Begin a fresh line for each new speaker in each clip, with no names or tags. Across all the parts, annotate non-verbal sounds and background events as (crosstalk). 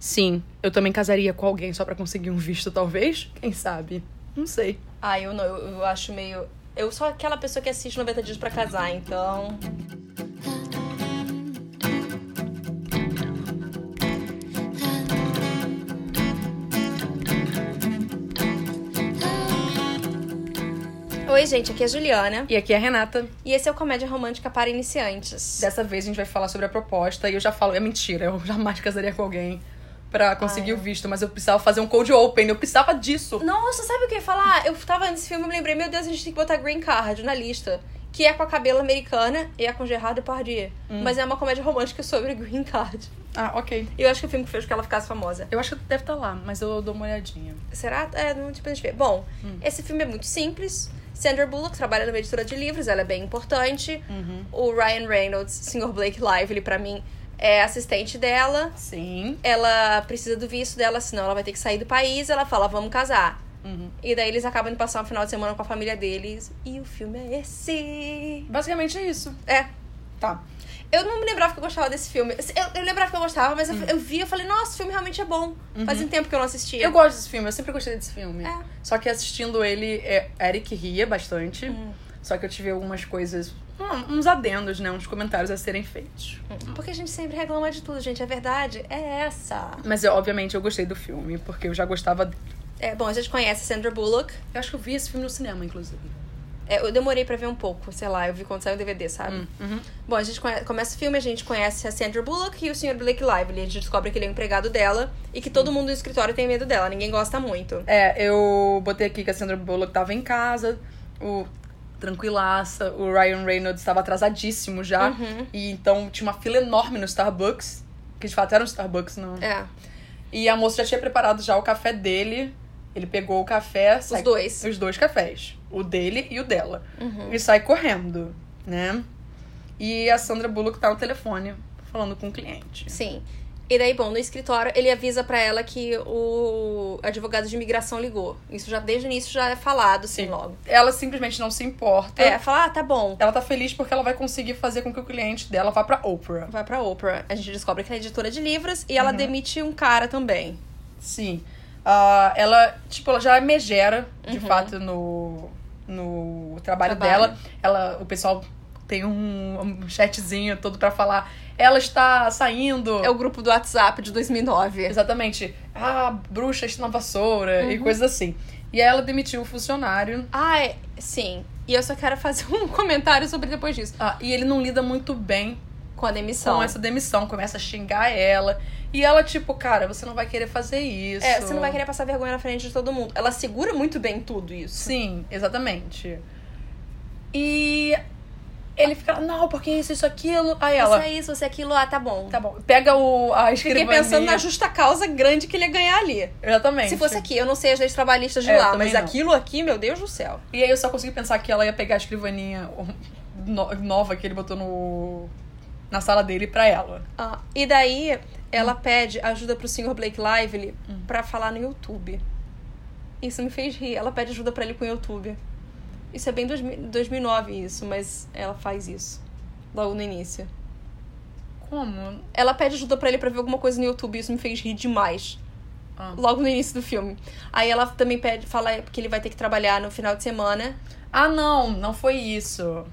Sim, eu também casaria com alguém só pra conseguir um visto, talvez? Quem sabe? Não sei.
Ah, eu não, eu, eu acho meio. Eu sou aquela pessoa que assiste 90 dias pra casar, então. Oi, gente, aqui é a Juliana.
E aqui é a Renata.
E esse é o Comédia Romântica para Iniciantes.
Dessa vez a gente vai falar sobre a proposta e eu já falo, é mentira, eu jamais casaria com alguém pra conseguir
Ah, é.
o visto, mas eu precisava fazer um cold open, eu precisava disso.
Nossa, sabe o que eu ia falar? Eu tava nesse filme e me lembrei, meu Deus, a gente tem que botar Green Card na lista. Que é com a cabela americana e é com Gerard Depardieu. Mas é uma comédia romântica sobre Green Card.
Ah, ok.
E eu acho que é o filme que fez com que ela ficasse famosa.
Eu acho que deve estar lá, mas eu dou uma olhadinha.
Será? É, não tipo, a gente vê. Bom, esse filme é muito simples. Sandra Bullock trabalha numa editora de livros, ela é bem importante. O Ryan Reynolds, Sr. Blake Lively, pra mim, é assistente dela.
Sim.
Ela precisa do visto dela, senão ela vai ter que sair do país. Ela fala, vamos casar.
Uhum.
E daí eles acabam de passar um final de semana com a família deles. E o filme é esse.
Basicamente é isso.
É.
Tá.
Eu não me lembrava que eu gostava desse filme. Eu, eu lembrava que eu gostava, mas eu, eu vi e falei, nossa, o filme realmente é bom. Fazia um tempo que eu não assistia.
Eu gosto desse filme, eu sempre gostei desse filme.
É.
Só que assistindo ele, é, Eric ria bastante. Só que eu tive algumas coisas, um- uns adendos, né? Uns comentários a serem feitos.
Porque a gente sempre reclama de tudo, gente. A verdade é essa.
Mas eu, obviamente eu gostei do filme, porque eu já gostava dele.
É, bom, a gente conhece Sandra Bullock.
Eu acho que eu vi esse filme no cinema, inclusive.
É, eu demorei pra ver um pouco, sei lá, eu vi quando saiu o DVD, sabe?
Hum, uhum.
Bom, a gente conhe- começa o filme, a gente conhece a Sandra Bullock e o Sr. Blake Lively. A gente descobre que ele é um empregado dela e que todo mundo no escritório tem medo dela, ninguém gosta muito.
É, eu botei aqui que a Sandra Bullock tava em casa, o tranquilaça, o Ryan Reynolds estava atrasadíssimo
tá?
já.
Uhum.
E então tinha uma fila enorme no Starbucks, que de fato era um Starbucks, não.
É,
E a moça já tinha preparado já o café dele. Ele pegou o café,
os dois.
os dois Uhum. cafés, o dele e o dela. E sai correndo, né? E a Sandra Bullock tá no telefone falando com o cliente.
Sim. E daí, bom, no escritório, ele avisa pra ela que o advogado de imigração ligou. Isso já desde o início já é falado, assim,
Sim.
logo.
Ela simplesmente não se importa.
É, fala, ah, tá bom.
Ela tá feliz porque ela vai conseguir fazer com que o cliente dela vá pra Oprah.
Vai pra Oprah. A gente descobre que ela é editora de livros e ela demite um cara também.
Sim. Ah, ela, tipo, ela já megera, de fato, no, no trabalho,
Uhum. Trabalho.
dela. Ela, o pessoal tem um, um chatzinho todo pra falar. Ela está saindo.
É o grupo do WhatsApp de 2009.
Exatamente. Ah, bruxa está na vassoura
Uhum.
e coisas assim. E aí ela demitiu o funcionário.
Ai, sim. E eu só quero fazer um (laughs) comentário sobre depois disso.
Ah, e ele não lida muito bem
Com a
com
demissão.
essa demissão. Começa a xingar ela. E ela, tipo, cara, você não vai querer fazer isso.
É, você não vai querer passar vergonha na frente de todo mundo. Ela segura muito bem tudo isso.
Sim, exatamente. E ele fica, não, porque isso, isso, aquilo. Aí ela,
Você é isso, você é aquilo, ah, tá bom.
tá bom, pega o, a
Fiquei
escrivania.
pensando na justa causa grande que ele ia ganhar ali.
Exatamente.
Se fosse aqui, eu não sei as leis trabalhistas de
É, eu
lá,
também
mas
não.
aquilo aqui, meu Deus do céu.
E aí eu só consegui pensar que ela ia pegar a escrivaninha no- nova que ele botou no... Na sala dele pra ela.
Ah, e daí, ela pede ajuda pro Sr. Blake Lively pra falar no YouTube. Isso me fez rir. Ela pede ajuda pra ele com o YouTube. Isso é bem 2000 2009 isso, mas ela faz isso. Logo no início.
Como?
Ela pede ajuda pra ele pra ver alguma coisa no YouTube. Isso me fez rir demais.
Ah.
Logo no início do filme. Aí ela também pede, fala que ele vai ter que trabalhar no final de semana.
Ah, não, não foi isso.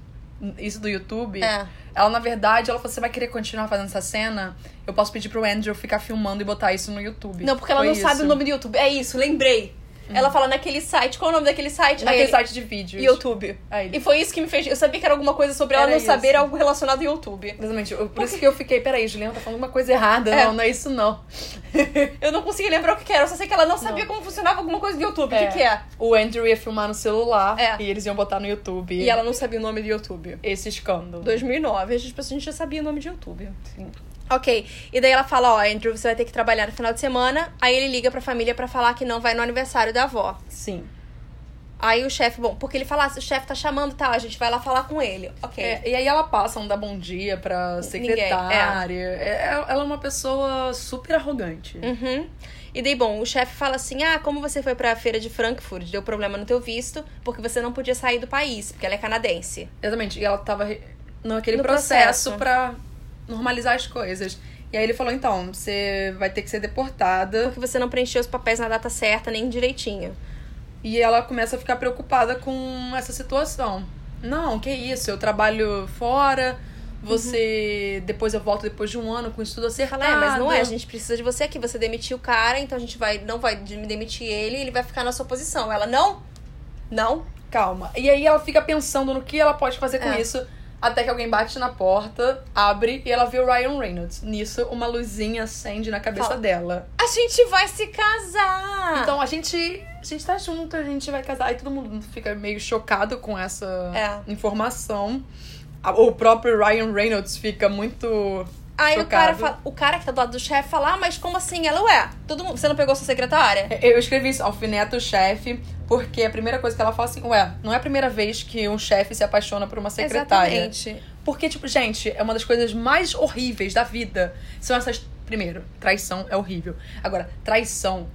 Isso do YouTube.
É.
Ela, na verdade, ela falou: você vai querer continuar fazendo essa cena? Eu posso pedir pro Andrew ficar filmando e botar isso no YouTube.
Não, porque ela
Foi
não sabe
isso. Uhum.
o nome do YouTube. É isso, lembrei. Ela fala naquele site. Qual é o nome daquele site? Aí
Naquele
ele-
site de vídeos.
YouTube.
Aí.
E foi isso que me fez. Eu sabia que era alguma coisa sobre ela
Era
não
isso.
saber algo relacionado ao YouTube.
Exatamente. eu- por isso que eu fiquei, peraí, Juliana tá falando uma coisa errada.
É.
Não, não é isso não.
Eu não consegui lembrar o que que era, eu só sei que ela não sabia como funcionava alguma coisa do YouTube. O
É.
que, que é?
O Andrew ia filmar no celular
É.
e eles iam botar no YouTube
E ela não sabia o nome do YouTube.
esse escândalo.
2009, a gente, a gente já sabia o nome de YouTube.
Sim.
Ok, e daí ela fala: Ó, Andrew, você vai ter que trabalhar no final de semana. Aí ele liga pra família pra falar que não vai no aniversário da avó.
Sim.
Aí o chefe, bom, porque ele fala: ah, o chefe tá chamando e tal, a gente vai lá falar com ele. Ok.
É, e aí ela passa um dá bom dia pra
Ninguém, é.
secretária. É, ela é uma pessoa super arrogante.
Uhum. E daí, bom, o chefe fala assim: ah, como você foi pra feira de Frankfurt, deu problema no teu visto, porque você não podia sair do país, porque ela é canadense.
Exatamente. E ela tava re- naquele
No
processo,
processo.
pra normalizar as coisas. E aí ele falou: então, você vai ter que ser deportada.
Porque você não preencheu os papéis na data certa, nem direitinho.
E ela começa a ficar preocupada com essa situação. Não, que isso, eu trabalho fora, você. Depois eu volto depois de um ano com isso tudo acertado.
Uhum. Fala, é, mas não é, a gente precisa de você aqui. Você demitiu o cara, então a gente vai, não vai de- demitir ele, ele vai ficar na sua posição. Ela, não, não.
Calma. E aí ela fica pensando no que ela pode fazer com
É.
isso. Até que alguém bate na porta, abre e ela vê o Ryan Reynolds. Nisso, uma luzinha acende na cabeça
Fala.
dela.
A gente vai se casar.
Então a gente, a gente tá junto, a gente vai casar. Aí todo mundo fica meio chocado com essa
É.
informação. A- O próprio Ryan Reynolds fica muito.
Aí o cara,
chocado.
fala- o cara que tá do lado do chefe fala, ah, mas como assim? Ela, ué, todo mundo, você não pegou sua secretária?
é, Eu escrevi isso, alfineta o chefe, porque a primeira coisa que ela fala assim, ué, não é a primeira vez que um chefe se apaixona por uma secretária.
Exatamente.
Porque, tipo, gente, é uma das coisas mais horríveis da vida. São essas. Primeiro, traição é horrível. Agora, traição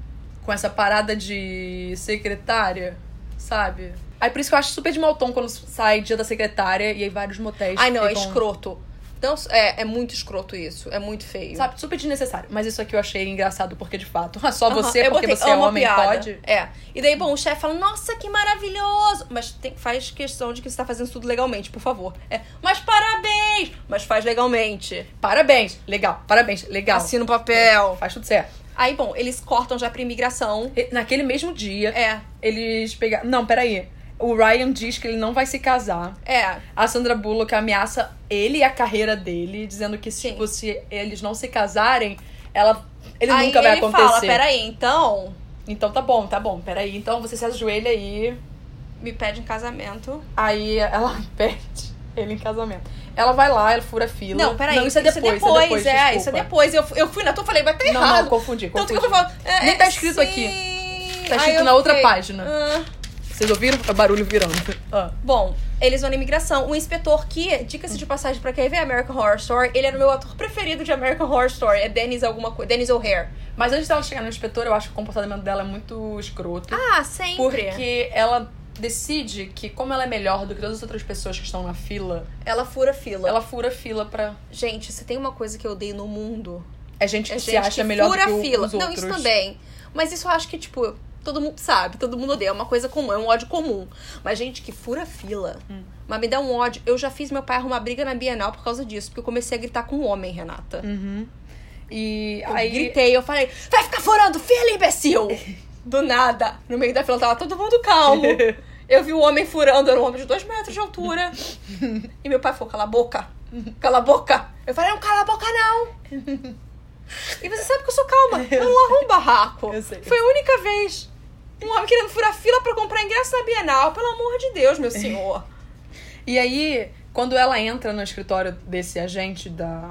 com essa parada de secretária, sabe? Aí por isso que eu acho super de mau tom quando sai dia da secretária e aí vários motéis.
Ai, não, é
ficam,
escroto. Não, é, é muito escroto isso. É muito feio.
Sabe, super desnecessário. Mas isso aqui eu achei engraçado porque, de fato, (laughs) só você,
Aham, eu
porque
botei,
você é
amo a
homem,
piada.
pode.
É. E daí, bom, o chefe fala, nossa, que maravilhoso. Mas tem- faz questão de que você tá fazendo tudo legalmente, por favor. É, mas parabéns! Mas faz legalmente.
Parabéns, legal, parabéns, legal.
Assina o papel.
Faz tudo certo.
Aí, bom, eles cortam já pra imigração.
E naquele mesmo dia,
É,
eles pegaram. Não, peraí. O Ryan diz que ele não vai se casar.
é.
A Sandra Bullock ameaça ele e a carreira dele, dizendo que
Sim.
tipo, se eles não se casarem, ela ele
Aí
nunca vai
ele
acontecer.
fala, peraí, então,
Então tá bom, tá bom, peraí. Então você se ajoelha aí.
me pede em casamento.
Aí ela (laughs) pede ele em casamento. Ela vai lá, ela fura a fila.
Não, peraí,
Não, isso é depois.
Isso é depois, é,
desculpa.
isso é depois. Eu, eu fui na tua, falei, vai ter
Não,
errado.
não, confundi,
Tanto que eu
confundi.
tô falando, é,
Nem tá
é,
escrito
sim.
aqui. Tá
Aí
escrito
eu
na outra
fiquei,
página.
ah.
Vocês ouviram? É barulho virando. Ah.
Bom, eles vão na imigração. O inspetor que, dica-se de passagem pra quem vê American Horror Story, ele era o meu ator preferido de American Horror Story. É Dennis alguma coisa. Dennis O'Hare.
Mas antes dela chegar no inspetor, eu acho que o comportamento dela é muito escroto.
Ah, sempre.
Porque ela decide que, como ela é melhor do que todas as outras pessoas que estão na fila,
Ela fura a fila.
ela fura a fila pra.
Gente, se tem uma coisa que eu odeio no mundo,
É gente que
é
se
gente
acha
que
melhor do
fura
que o-
a fila.
os
Não,
outros.
isso também. Mas isso eu acho que, tipo, todo mundo sabe, todo mundo odeia. É uma coisa comum, é um ódio comum. Mas gente que fura a fila,
Hum.
mas me dá um ódio. Eu já fiz meu pai arrumar briga na Bienal por causa disso, porque eu comecei a gritar com um homem, Renata.
Uhum. E
Eu
aí.
gritei, eu falei, vai ficar furando fila,
(laughs)
imbecil! Do nada, no meio da fila tava todo mundo calmo. Eu vi o homem furando, era um homem de dois metros
(laughs)
de altura. E meu pai falou, cala a boca, cala a boca. Eu falei, não cala a
(laughs)
boca não. E você sabe que eu sou calma, eu não arrumo barraco.
Eu sei.
Foi a única vez. Um homem querendo furar fila pra comprar ingresso na Bienal, pelo amor de Deus,
(laughs)
meu senhor.
E aí, quando ela entra no escritório desse agente da,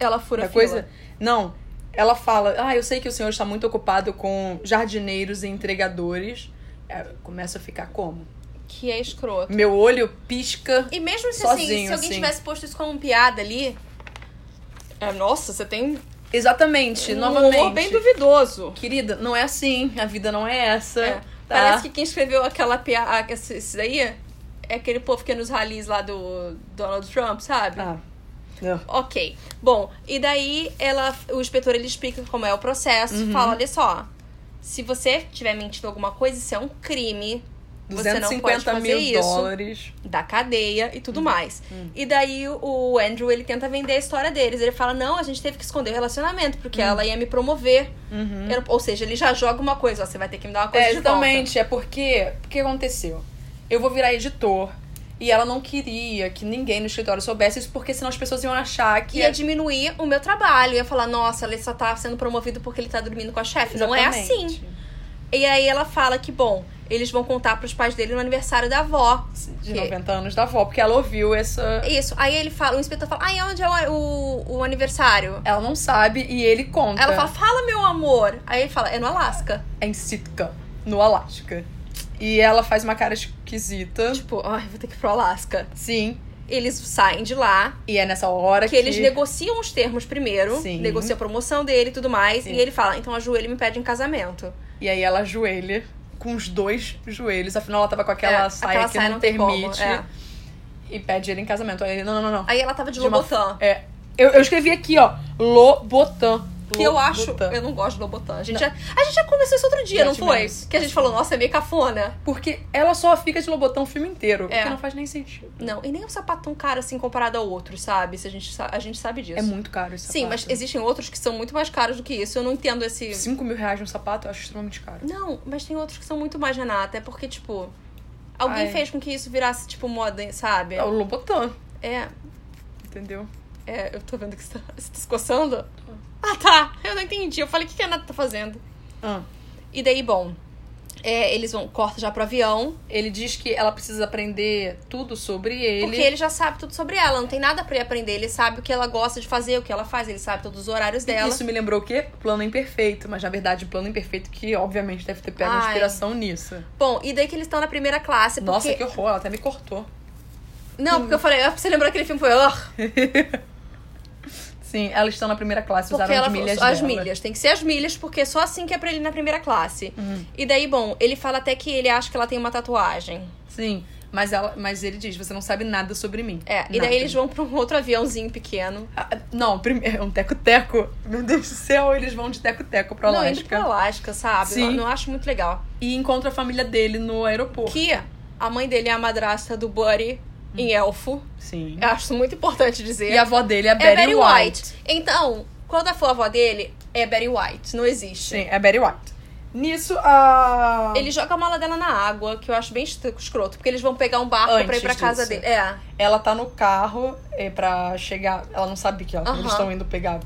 Ela fura
da
a fila.
coisa. Não. Ela fala: Ah, eu sei que o senhor está muito ocupado com jardineiros e entregadores. É, Começa a ficar como?
Que é escroto.
Meu olho pisca.
E mesmo se, assim,
Sozinho,
se alguém
assim.
tivesse posto isso como piada ali. É, nossa, você tem
Exatamente,
um humor
novamente.
bem duvidoso.
Querida, não é assim. A vida não é essa.
É,
tá?
Parece que quem escreveu aquela piada. Isso daí é aquele povo que é nos ralis lá do Donald Trump, sabe?
Ah. Não.
Ok. Bom, e daí ela, o inspetor ele explica como é o processo,
Uhum.
fala, olha só, se você tiver mentido alguma coisa, isso é um crime. você não pode
250
fazer
mil
isso.
dólares.
da cadeia e
Uhum.
tudo mais. E daí o Andrew, ele tenta vender a história deles. Ele fala, não, a gente teve que esconder o relacionamento, porque
Uhum.
ela ia me promover. Eu- ou seja, ele já joga uma coisa, ó, você vai ter que me dar uma coisa
É,
de volta.
exatamente. É porque. O que aconteceu? Eu vou virar editor. E ela não queria que ninguém no escritório soubesse isso, porque senão as pessoas iam achar que. é
Ia diminuir o meu trabalho. Ia falar, nossa, ele só tá sendo promovido porque ele tá dormindo com a chefe. Não é
Exatamente.
assim. E aí ela fala que, bom, eles vão contar pros pais dele no aniversário da avó.
De
Que-
90 anos da avó, porque ela ouviu essa.
Isso. Aí ele fala, o inspetor fala, ai, onde é o, o, o aniversário?
Ela não sabe e ele conta.
Ela fala, fala, meu amor. Aí ele fala, é no Alasca.
É em Sitka, no Alasca. E ela faz uma cara esquisita.
Tipo, ai, vou ter que ir pro Alasca.
Sim.
Eles saem de lá,
E é nessa hora
que
que.
eles negociam os termos primeiro,
Sim.
negocia a promoção dele e tudo mais,
Sim.
e ele fala, então a Ju, ele me pede em casamento.
E aí ela ajoelha com os dois joelhos. Afinal, ela tava com aquela
É,
saia que não
tem
permite.
como, é.
E pede ele em casamento. Aí ele, não, não, não, não.
Aí ela tava de,
De uma-
Lobotan.
É, Eu, eu escrevi aqui, ó. Lobotan.
Que eu acho.
Lobotan.
Eu não gosto de Lobotan. A gente,
Não.
já, a gente já conversou isso outro dia,
Já
não foi?
tivemos.
Que a gente falou, nossa, é meio cafona.
Porque ela só fica de Lobotan o filme inteiro.
É.
Porque não faz nem sentido.
Não, e nem um sapatão caro assim comparado ao outro, sabe? Se a, gente, sa- a gente sabe disso.
É muito caro esse
Sim, mas existem outros que são muito mais caros do que isso. Eu não entendo esse.
5 mil reais num sapato eu acho extremamente caro.
Não, mas tem outros que são muito mais, Renata. É porque, tipo, alguém
Ai.
fez com que isso virasse, tipo, moda, sabe?
É o Lobotan,
É,
entendeu?
é, eu tô vendo que você tá, (laughs) você tá se coçando. Ah, tá. Eu não entendi. Eu falei, o que, que a Renata tá fazendo?
Ah.
E daí, bom, é, eles vão, corta já pro avião,
Ele diz que ela precisa aprender tudo sobre ele.
Porque ele já sabe tudo sobre ela, não tem nada pra ele aprender. Ele sabe o que ela gosta de fazer, o que ela faz, ele sabe todos os horários é dela.
Isso me lembrou o quê? Plano Imperfeito. Mas, na verdade, Plano Imperfeito que, obviamente, deve ter pego
Ai.
inspiração nisso.
Bom, e daí que eles estão na primeira classe. Porque...
Nossa, que horror. Ela até me cortou.
Não, porque eu falei, ah, você lembrou aquele filme? Foi, ah,
Sim, elas estão na primeira classe.
porque
Usaram
ela
as milhas
as
dela.
milhas. Tem que ser as milhas, porque só assim que é pra ele ir na primeira classe.
Uhum.
E daí, bom, ele fala até que ele acha que ela tem uma tatuagem.
Sim. Mas, ela, mas ele diz, você não sabe nada sobre mim.
É, e
Nada.
daí eles vão pra um outro aviãozinho pequeno.
Ah, não, primeiro, é um teco-teco. Meu Deus do céu, eles vão de teco-teco pra
Não, indo pra
Alaska.
Alasca, sabe?
Sim.
Eu não acho muito legal.
E encontra a família dele no aeroporto.
Que a mãe dele é a madrasta do Buddy em Elfo.
Sim.
Eu acho isso muito importante dizer.
Hum. E a avó dele é a
É
Betty
Betty
White.
White. Então, quando for a avó dele, é Betty White. Não existe.
Sim, é Betty White. Nisso, a...
Ele joga a mala dela na água, que eu acho bem escro- escroto, porque eles vão pegar um barco pra
Antes
ir pra casa
disso.
dele. É.
Ela tá no carro é, pra chegar... Ela não sabe que ela-
Aham.
eles estão indo pegar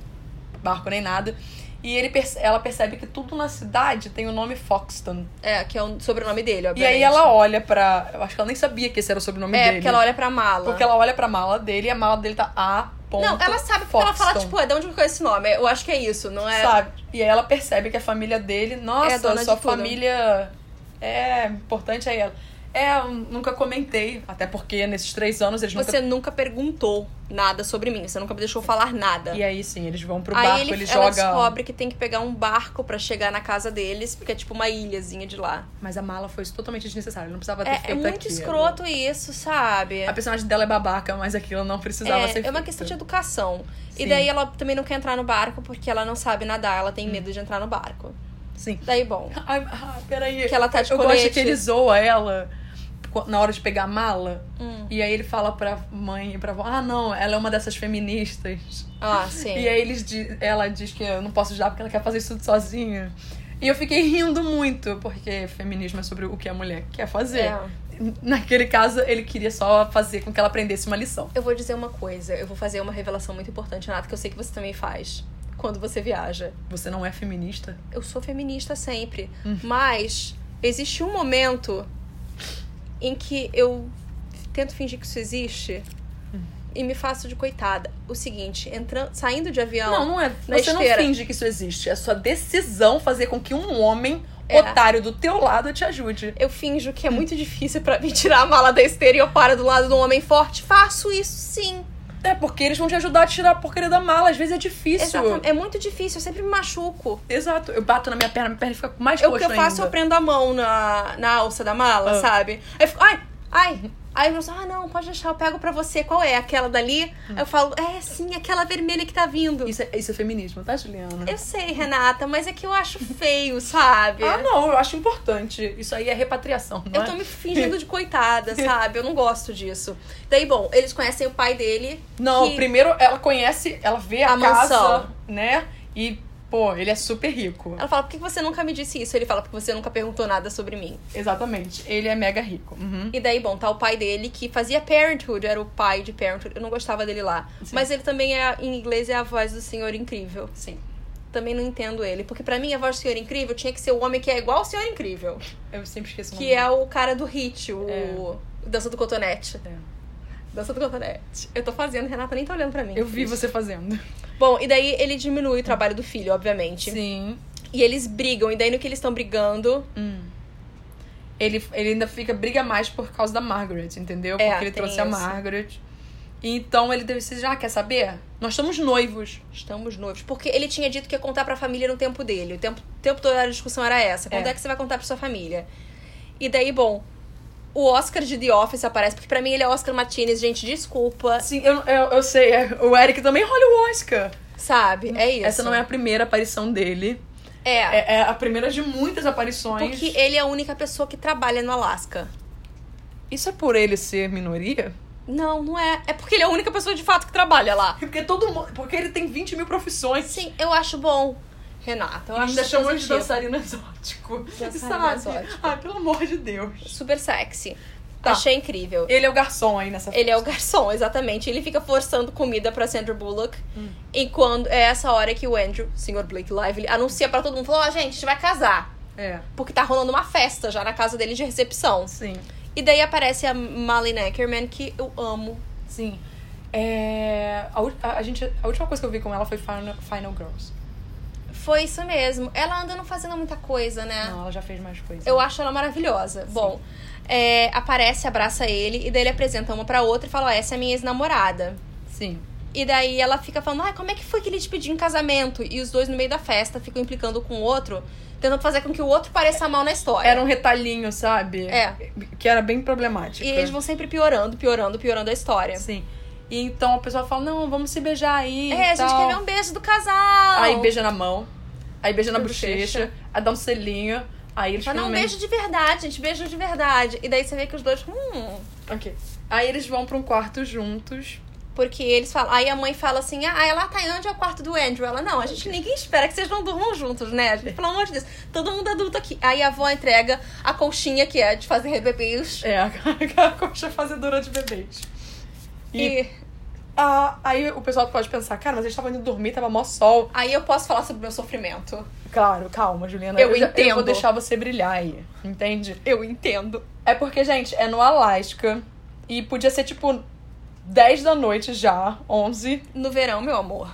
barco nem nada. E ele perce- ela percebe que tudo na cidade tem o nome Foxton.
É, que é o sobrenome dele,
E
obviamente.
aí ela olha pra... Eu acho que ela nem sabia que esse era o sobrenome
É,
dele.
porque ela olha pra mala.
Porque ela olha pra mala dele e a mala dele tá A.
Não, ela sabe, porque ela fala,
Foxton.
tipo, é de onde eu conheço esse nome? Eu acho que é isso, não é?
Sabe? E aí ela percebe que a família dele, nossa,
É a dona de
sua
tudo.
família é importante aí ela. É, eu nunca comentei, até porque nesses três anos eles nunca.
Tipo, Você nunca perguntou nada sobre mim, você nunca me deixou falar nada.
E aí sim, eles vão pro
aí
barco,
ele,
ele,
ela
joga. um
descobre que tem que pegar um barco pra chegar na casa deles, porque é tipo uma ilhazinha de lá.
Mas a mala foi totalmente desnecessária, não precisava ter
É, é
feito
muito
aquilo.
escroto isso, sabe?
A personagem dela é babaca, mas aquilo não precisava ser
É,
feito.
é uma questão de educação.
Sim.
E daí ela também não quer entrar no barco porque ela não sabe nadar, ela
Hum.
tem medo de entrar no barco.
Sim.
Daí, bom.
Ai, ah, peraí.
Que ela tá de
Eu
colete.
gosto que ele zoa ela co- na hora de pegar a mala.
Hum.
E aí ele fala pra mãe e pra avó: Ah, não, ela é uma dessas feministas.
Ah, sim.
(laughs) E aí eles, di- ela diz que eu não posso ajudar porque ela quer fazer isso tudo sozinha. E eu fiquei rindo muito, porque feminismo é sobre o que a mulher quer fazer.
É.
Naquele caso, ele queria só fazer com que ela aprendesse uma lição.
Eu vou dizer uma coisa, eu vou fazer uma revelação muito importante, Renata, que eu sei que você também faz quando você viaja.
Você não é feminista?
Eu sou feminista sempre,
Uhum.
mas existe um momento em que eu tento fingir que isso existe
Uhum.
e me faço de coitada. O seguinte, entrando, saindo de avião.
Não, não é.
na
Você não
esteira.
finge que isso existe. É sua decisão fazer com que um homem
É.
otário do teu lado te ajude.
Eu finjo que é muito difícil pra mim tirar a mala da esteira e eu paro do lado de um homem forte. Faço isso sim.
É porque eles vão te ajudar a tirar a porcaria da mala. Às vezes é difícil.
Exatamente. É muito difícil, eu sempre me machuco.
Exato. Eu bato na minha perna, minha perna fica com mais
Eu, É o
roxo
que eu faço,
Tipo, ainda.
eu prendo a mão na, na alça da mala,
Ah.
sabe? Aí eu fico, ai, ai. Aí eu falo, ah, não, pode deixar, eu pego pra você. Qual é? Aquela dali? Aí Eu falo, é sim, aquela vermelha que tá vindo.
Hum. Isso é, isso é feminismo, tá, Juliana?
Eu sei, Renata, mas é que eu acho feio, sabe?
Ah, não, eu acho importante. Isso aí é repatriação, não
Eu
é?
tô me fingindo de
(laughs)
coitada, sabe? Eu não gosto disso. Daí, bom, eles conhecem o pai dele.
Não,
que...
primeiro ela conhece, ela vê a,
A
casa,
mansão.
né? E, pô, ele é super rico.
Ela fala, por que você nunca me disse isso? Ele fala, porque você nunca perguntou nada sobre mim.
Exatamente. Ele é mega rico. Uhum.
E daí, bom, tá o pai dele, que fazia Parenthood, era o pai de Parenthood. Eu não gostava dele lá.
Sim.
Mas ele também, é, em inglês, é a voz do Senhor Incrível.
Sim.
Também não entendo ele. Porque pra mim, a voz do Senhor Incrível tinha que ser o homem que é igual ao Senhor Incrível.
Eu sempre esqueço o nome.
Que é o cara do hit, o...
É.
Dança do Cotonete.
É.
Dança do Cotonete. Eu tô fazendo, Renata nem tá olhando pra mim.
Eu vi você fazendo.
Bom, e daí ele diminui o trabalho do filho, obviamente.
Sim.
E eles brigam. E daí, no que eles estão brigando...
Ele, ele ainda fica, briga mais por causa da Margaret, entendeu?
É,
Porque ele
tem
trouxe a
isso.
Margaret. E então ele decide, ah, quer saber? Nós estamos noivos.
Estamos noivos. Porque ele tinha dito que ia contar pra família no tempo dele. O tempo, o tempo todo a discussão era essa. Quando
É.
é. que você vai contar pra sua família? E daí, bom, O Oscar de The Office aparece, porque pra mim ele é Oscar Martinez, gente, desculpa.
Sim, Assim, eu, eu, eu sei. é, O Eric também rola o Oscar.
Sabe? É isso.
Essa não é a primeira aparição dele.
É.
É, é a primeira de muitas aparições.
Porque ele é a única pessoa que trabalha no Alasca.
Isso é por ele ser minoria?
Não, não é. É porque ele é a única pessoa de fato que trabalha lá.
Porque todo mundo. Porque ele tem 20 mil profissões.
Sim, eu acho bom, Renata. Eu acho
Ainda chamou de
positivo.
dançarino exótico.
Dançarino
sabe?
exótico.
Ai, pelo amor de Deus.
Super sexy.
Tá.
Achei incrível.
Ele é o garçom aí nessa
Ele é o garçom, (laughs) exatamente. Ele fica forçando comida pra Sandra Bullock. E quando é essa hora que o Andrew, senhor Blake Lively, anuncia pra todo mundo: falou, ó, gente, a gente vai casar.
É.
Porque tá rolando uma festa já na casa dele de recepção.
Sim.
E daí aparece a Malin Ackerman, que eu amo.
Sim. É, a, ul- a- a gente, a última coisa que eu vi com ela foi Final, Final Girls.
Foi isso mesmo. Ela anda não fazendo muita coisa, né?
Não, ela já fez mais coisas.
Eu acho ela maravilhosa. Bom, é, aparece, abraça ele, e daí ele apresenta uma pra outra e fala: ó, essa é a minha ex-namorada.
Sim.
E daí ela fica falando, ah, como é que foi que ele te pediu em casamento? E os dois no meio da festa ficam implicando com o outro, tentando fazer com que o outro pareça mal na história.
Era um retalhinho, sabe?
É.
Que era bem problemático.
E eles vão sempre piorando, piorando, piorando a história.
tipo- Sim. E então a pessoa fala, não, vamos se beijar aí. e
É, a gente
tal.
quer ver um beijo do casal.
Aí beija na mão, aí beija na
Bochecha.
bochecha, aí dá um selinho, aí eles
Fala, não, um
finalmente-
beijo de verdade, gente, beijo de verdade. E daí você vê que os dois, hum...
Ok. Aí eles vão pra um quarto juntos.
Porque eles falam. Aí a mãe fala assim: ah, ela tá onde é o quarto do Andrew? Ela, não, a gente ninguém espera que vocês não durmam juntos, né? A gente, pelo amor de Deus, todo mundo adulto aqui. Aí a avó entrega a colchinha que é de fazer bebês.
É, (laughs) a coxa fazedora de bebês. E,
E
ah, aí o pessoal pode pensar, cara, mas eles estavam indo dormir, tava mó sol.
aí eu posso falar sobre o meu sofrimento.
Claro, calma, Juliana.
Eu
já- Eu
entendo.
vou deixar você brilhar aí, entende?
Eu entendo.
É porque, gente, é no Alasca e podia ser tipo 10 da noite já, 11.
No verão, meu amor.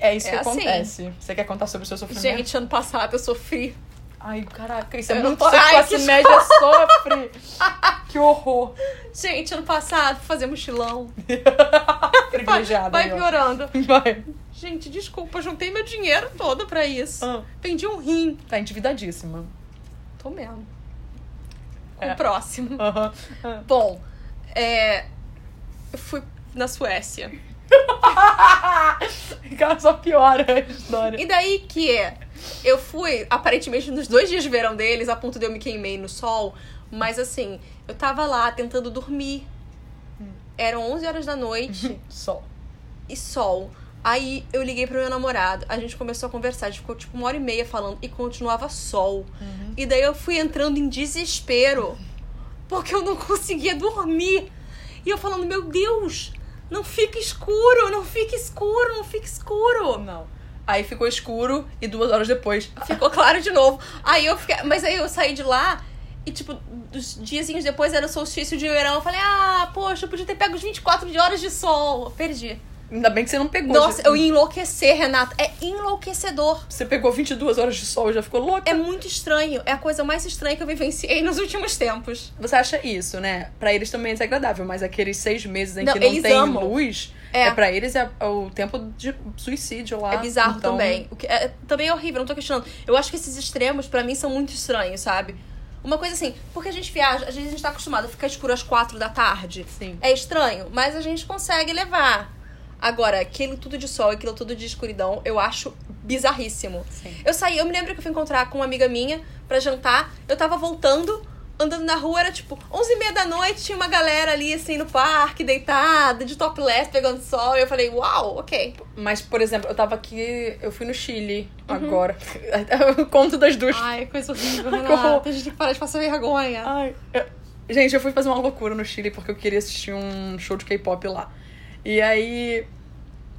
É isso
É
que
assim.
acontece. Você quer contar sobre o seu sofrimento?
Gente, ano passado eu sofri.
Ai, caraca, isso é
Eu não
muito
posso-
só que
Ai,
classe
que
média
(laughs)
sofre. que horror.
Gente, ano passado, fui fazer mochilão.
Privilegiada.
Vai
aí, ó.
piorando.
(laughs) Vai.
Gente, desculpa, juntei meu dinheiro todo pra isso.
Ah.
Vendi um rim.
Tá endividadíssima.
Tô mesmo.
É.
O próximo.
Aham.
Bom, é. Eu fui na Suécia.
Cara, só piora a história.
E daí que é? Eu fui, aparentemente, nos dois dias de verão deles, a ponto de eu me queimei no sol. Mas assim, eu tava lá tentando dormir. Eram 11 horas da noite
Sol.
e sol. Aí eu liguei pro meu namorado, a gente começou a conversar, a gente ficou tipo uma hora e meia falando e continuava sol. E daí eu fui entrando em desespero, porque eu não conseguia dormir. E eu falando, meu Deus, não fica escuro, não fica escuro, não fica escuro.
Não. Aí ficou escuro e duas horas depois.
Ficou claro de novo. Aí eu fiquei, mas aí eu saí de lá e tipo, dos diazinhos depois era o solstício de verão. Eu falei, ah, poxa, eu podia ter pego os 24 de horas de sol. Perdi.
Ainda bem que você não pegou.
Nossa,
gente.
eu ia enlouquecer, Renata. É enlouquecedor.
Você pegou 22 horas de sol e já ficou louca.
É muito estranho. É a coisa mais estranha que eu vivenciei nos últimos tempos.
Você acha isso, né? Pra eles também é desagradável, mas aqueles seis meses em
Não,
que não
eles
tem
amam.
luz,
É.
é pra eles é o tempo de suicídio lá.
é bizarro
Então,
também. O que é, também é horrível, não tô questionando. Eu acho que esses extremos, pra mim, são muito estranhos, sabe? Uma coisa assim, porque a gente viaja, às vezes a gente tá acostumado a ficar escuro às quatro da tarde.
Sim.
É estranho, mas a gente consegue levar. Agora, aquilo tudo de sol, aquilo tudo de escuridão, eu acho bizarríssimo.
Sim.
Eu saí, eu me lembro que eu fui encontrar com uma amiga minha pra jantar. Eu tava voltando, andando na rua, era tipo 11 h 30 da noite, tinha uma galera ali, assim, no parque, deitada, de topless, pegando sol. E eu falei, uau, ok.
Mas, por exemplo, eu tava aqui, eu fui no Chile
Uhum.
agora. (laughs) eu conto das duas.
Ai, coisa (laughs) horrível,
Renata.
A gente tem que parar de passar vergonha.
Ai, eu- Gente, eu fui fazer uma loucura no Chile porque eu queria assistir um show de K-pop lá. E aí,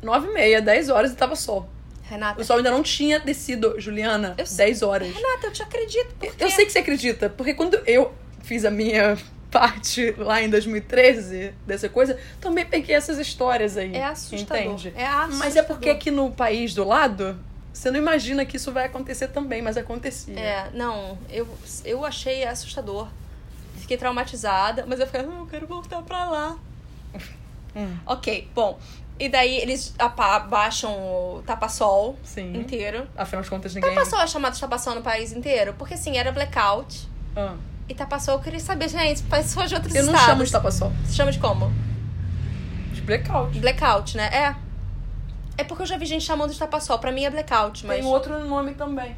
nove e meia, 10 horas e tava sol.
Renata,
O sol ainda não tinha descido, Juliana.
Eu sei.
10 horas.
Renata, eu te acredito. Por quê?
Eu sei que você acredita, porque quando eu fiz a minha parte lá em 2013 dessa coisa, também peguei essas histórias aí.
É assustador.
Entende?
É assustador.
Mas é porque aqui no país do lado, você não imagina que isso vai acontecer também, mas acontecia.
É, não, eu, eu achei assustador. Fiquei traumatizada, mas eu fiquei, ah, eu quero voltar pra lá.
É.
Ok, bom. E daí eles apa- baixam o tapa-sol
Sim.
inteiro. Então
Afinal de contas, ninguém.
Tapa-sol é chamado de tapa-sol no país inteiro? Porque assim, era blackout.
Ah.
E tapasol, eu queria saber, gente, pessoas de outros
Eu não
estados.
chamo de tapa-sol.
Você chama de como?
De blackout.
Blackout, né? É. É porque eu já vi gente chamando de tapa-sol. Pra mim é blackout, mas...
Tem um outro nome também.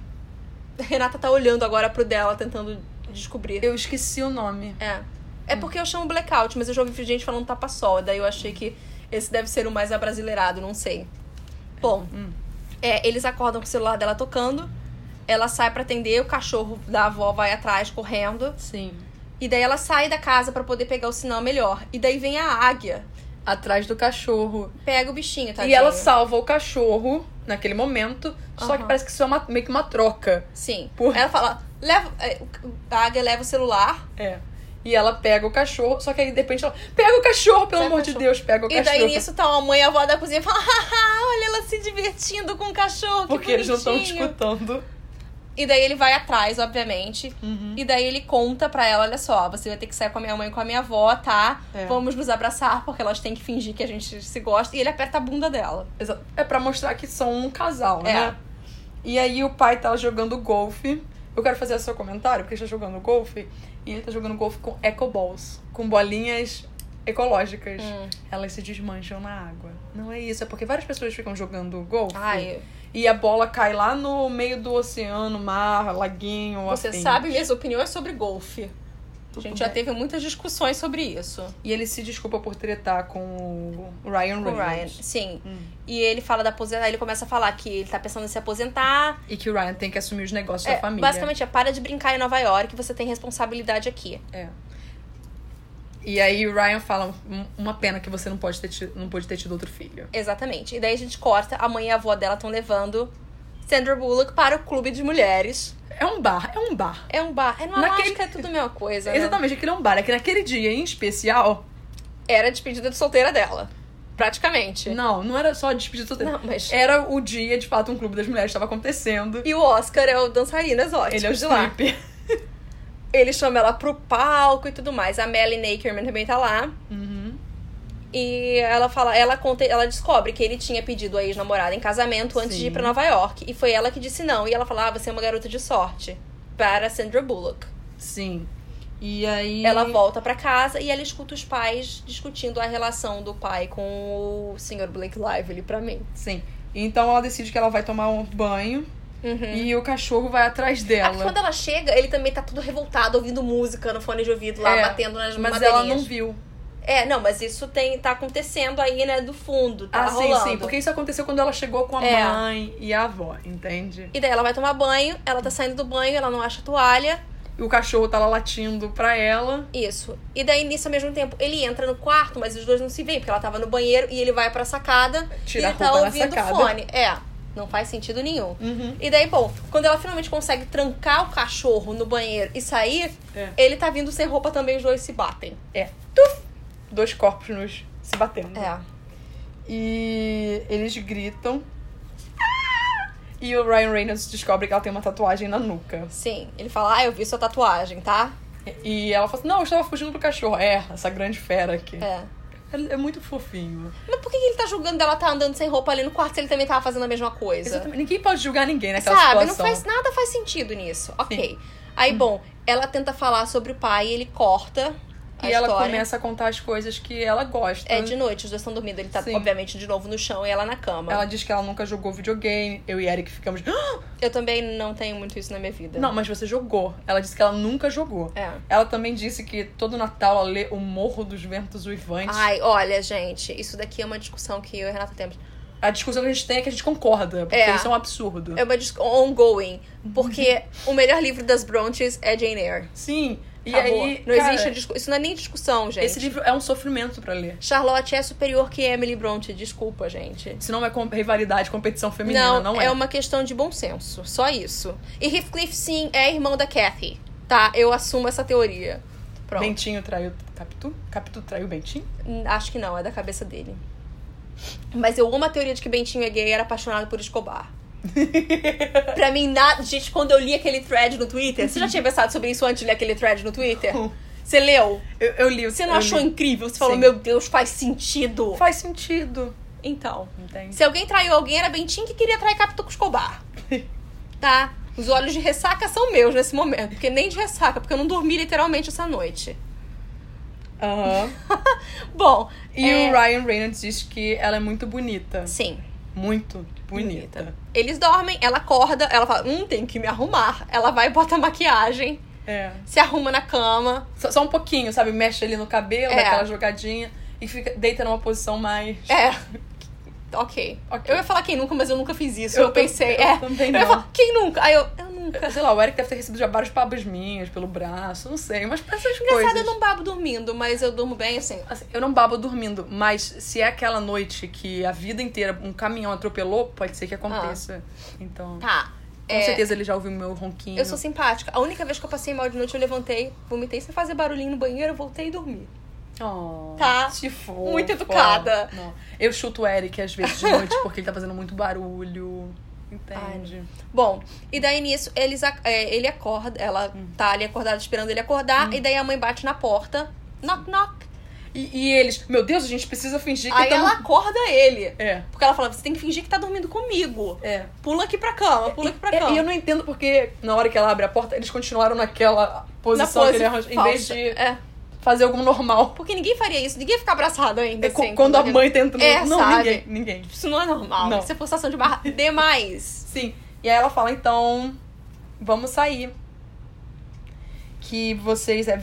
Renata tá olhando agora pro dela, tentando descobrir.
Eu esqueci o nome.
É. É porque eu chamo blackout, mas eu já ouvi gente falando tapa-sol. Daí eu achei que esse deve ser o mais abrasileirado, não sei. Bom, é, eles acordam com o celular dela tocando. Ela sai pra atender, o cachorro da avó vai atrás correndo.
Sim.
E daí ela sai da casa pra poder pegar o sinal melhor. E daí vem a águia.
Atrás do cachorro.
Pega o bichinho, tá?
E ela salva o cachorro naquele momento, só que
Aham.
parece que isso é uma- meio que uma troca.
Sim.
Por-
Ela fala, leva. é, o- A águia leva o celular.
É. E ela pega o cachorro, só que aí de repente ela. Pega o cachorro, pelo
Pega o
amor de
cachorro."
Deus, pega o
E
cachorro.
daí nisso tá a mãe e a avó da cozinha falando, haha, olha ela se divertindo com o cachorro, que
porque eles não estão
é bonitinho."
escutando.
E daí ele vai atrás, obviamente. E daí ele conta pra ela, olha só, você vai ter que sair com a minha mãe e com a minha avó, tá?
É.
Vamos nos abraçar, porque elas têm que fingir que a gente se gosta. E ele aperta a bunda dela.
Exa- É pra mostrar que são um casal,
É.
né? E aí o pai tá jogando golfe. Eu quero fazer seu comentário, porque ele tá jogando golfe. E ele tá jogando golfe com eco balls. Com bolinhas ecológicas.
Hum.
Elas se desmancham na água. Não é isso, é porque várias pessoas ficam jogando golfe.
Ai,
E a bola cai lá no meio do oceano, mar, laguinho,
você
afim.
sabe minhas opiniões sobre golfe. A
um Tudo
gente já
bem.
teve muitas discussões sobre isso.
E ele se desculpa por tretar com o Ryan
Com o Ryan,
Reynolds.
sim.
Hum.
E ele fala da aposentar, ele começa a falar que ele tá pensando em se aposentar,
E que o Ryan tem que assumir os negócios
É,
da família.
Basicamente, é para de brincar em Nova York, você tem responsabilidade aqui.
É. E aí o Ryan fala, "Um- uma pena que você não pode ter tido, não pôde ter tido outro filho.
Exatamente. E daí a gente corta, a mãe e a avó dela estão levando Sandra Bullock para o clube de mulheres.
É um bar, é um bar.
É um bar. É numa
Naquele-
mágica, é tudo a mesma coisa. né?
Exatamente, aquele é um bar. É que naquele dia em especial...
Era a despedida de solteira dela. Praticamente.
Não, não era só despedida solteira.
É. Não, mas. é.
Era o dia, de fato, um clube das mulheres estava acontecendo.
E o Oscar é o dançarino exótico
Ele é o
de lá.
strip.
Ele chama ela pro palco e tudo mais. A Melanie Ackerman também tá lá.
Uhum.
E ela fala, ela conta, ela descobre que ele tinha pedido a ex-namorada em casamento antes
Sim.
de ir pra Nova York. E foi ela que disse não. E ela fala, ah, você é uma garota de sorte. Para Sandra Bullock.
Sim. E aí...
Ela volta pra casa e ela escuta os pais discutindo a relação do pai com o Sr. Blake Lively pra mim.
Sim. Então ela decide que ela vai tomar um banho Uhum. e o cachorro vai atrás
Ah,
dela.
É. quando ela chega, ele também tá todo revoltado, ouvindo música no fone de ouvido lá,
É,
batendo nas
Mas ela
madeirinhas.
não viu.
É, não, mas isso tem, tá acontecendo aí, né, do fundo, tá
ah,
rolando.
sim, sim. Porque isso aconteceu quando ela chegou com a
É.
mãe e a avó, entende?
E daí ela vai tomar banho, ela tá saindo do banho, ela não acha toalha,
E o cachorro tá lá latindo pra ela.
Isso. E daí, nisso, ao mesmo tempo, ele entra no quarto, mas os dois não se veem, porque ela tava no banheiro e ele vai pra sacada
Tira
e
a
ele tá
roupa na
ouvindo
sacada.
fone. É. Não faz sentido nenhum.
Uhum.
E daí, bom, quando ela finalmente consegue trancar o cachorro no banheiro e sair,
É.
ele tá vindo sem roupa também, os dois se batem.
É. Tuf! Dois corpos nos se batendo.
É.
E eles gritam. Ah! E o Ryan Reynolds descobre que ela tem uma tatuagem na nuca.
Sim. Ele fala, ah, eu vi sua tatuagem, tá?
E ela fala assim: Não, eu estava fugindo do cachorro. É, essa grande fera aqui.
É.
É, é muito fofinho.
Mas por que que ele tá julgando dela tá andando sem roupa ali no quarto se ele também tava fazendo a mesma coisa?
Exatamente. Ninguém pode julgar ninguém naquela
Sabe, não
situação.
faz nada faz sentido nisso. Ok. Aí, bom, ela tenta falar sobre o pai, ele corta. A
E ela
história.
começa a contar as coisas que ela gosta.
É de noite, os dois estão dormindo. Ele tá,
Sim.
obviamente, de novo no chão e ela na cama.
Ela diz que ela nunca jogou videogame. Eu e Eric ficamos. "Ah,
Eu também não tenho muito isso na minha vida.
Não, mas você jogou. Ela disse que ela nunca jogou.
É.
Ela também disse que todo Natal ela lê O Morro dos Ventos Uivantes.
Ai, olha, gente, isso daqui é uma discussão que eu e a Renata temos.
A discussão que a gente tem é que a gente concorda, porque
É.
isso é um absurdo.
É uma discussão ongoing. Porque o melhor livro das Brontes é Jane Eyre.
Sim. Uhum. E
Acabou.
aí.
Não
cara,
existe discu- Isso não é nem discussão, gente.
Esse livro é um sofrimento pra ler.
Charlotte é superior que Emily Bronte. Desculpa, gente.
Se não é com- rivalidade, competição feminina, não,
é uma questão de bom senso. Só isso. E Heathcliff, sim, é irmão da Kathy. Tá? Eu assumo essa teoria. Pronto.
Bentinho traiu Capitu? Capitu traiu Bentinho?
Hum, Acho que não, é da cabeça dele. Mas eu amo a teoria de que Bentinho é gay e era apaixonado por
(laughs)
Escobar. pra mim, nada. Gente, quando eu li aquele thread no Twitter, você já tinha pensado sobre isso antes de ler aquele thread no Twitter?
Não.
Você leu?
Eu, Uhum. eu li.
Você não achou incrível? Você falou,
Sim.
meu Deus, faz sentido.
Faz sentido.
Então.
Entende? (laughs)
Se alguém traiu alguém, era Bentinho que queria trair Capitu com Escobar. tá? Os olhos de ressaca são meus nesse momento, porque nem de ressaca, porque eu não dormi literalmente essa noite.
Aham.
Bom,
E
é,
o Ryan Reynolds diz que ela é muito bonita.
Sim.
Muito bonita.
Eles dormem, ela acorda, ela fala, hum, tenho que me arrumar. Ela vai e bota maquiagem,
É.
se arruma na cama.
Só, só um pouquinho, sabe? Mexe ali no cabelo,
É.
dá aquela jogadinha e fica, deita numa posição mais.
É. Ok.
Ok.
Eu ia falar quem nunca, mas eu nunca fiz isso.
Eu
Eu, pensei,
tam- eu
é.
também
eu ia
não.
falar, quem nunca? Aí eu, eu nunca.
Sei lá, o Eric deve ter recebido já vários babas minhas pelo braço, não sei, mas pra essas
Engraçado,
coisas.
eu não babo dormindo, mas eu durmo bem assim.
Assim, eu não babo dormindo, mas se é aquela noite que a vida inteira um caminhão atropelou, pode ser que aconteça. Então, com
Tá. é,
certeza ele já ouviu meu ronquinho.
eu sou simpática. A única vez que eu passei mal de noite, eu levantei, vomitei sem fazer barulhinho no banheiro, eu voltei e dormi.
Oh,
Tá.
Se for.
Muito educada.
Não. Eu chuto o Eric às vezes de noite porque ele tá fazendo muito barulho. Entende?
Bom, e daí nisso, eles, ac- é, ele acorda, ela
Hum.
tá ali acordada esperando ele acordar, e daí a mãe bate na porta, knock, knock.
E, e eles, meu Deus, a gente precisa fingir que um
Aí ela
estamos.
acorda ele.
É.
Porque ela fala, você tem que fingir que tá dormindo comigo.
É.
Pula aqui pra cama, pula aqui pra
É,
cama.
e eu não entendo porque na hora que ela abre a porta, eles continuaram naquela posição que ele arranja, em vez
falsa.
de
É,
fazer algo normal.
porque ninguém faria isso, ninguém ia ficar abraçado ainda.
É, co-
assim,
quando a mãe tá entrando.
É,
não,
sabe?
ninguém, ninguém.
Isso não é normal.
Não.
Isso é forçação de barra demais.
Sim. E aí ela fala, então, vamos sair. Que vocês. É,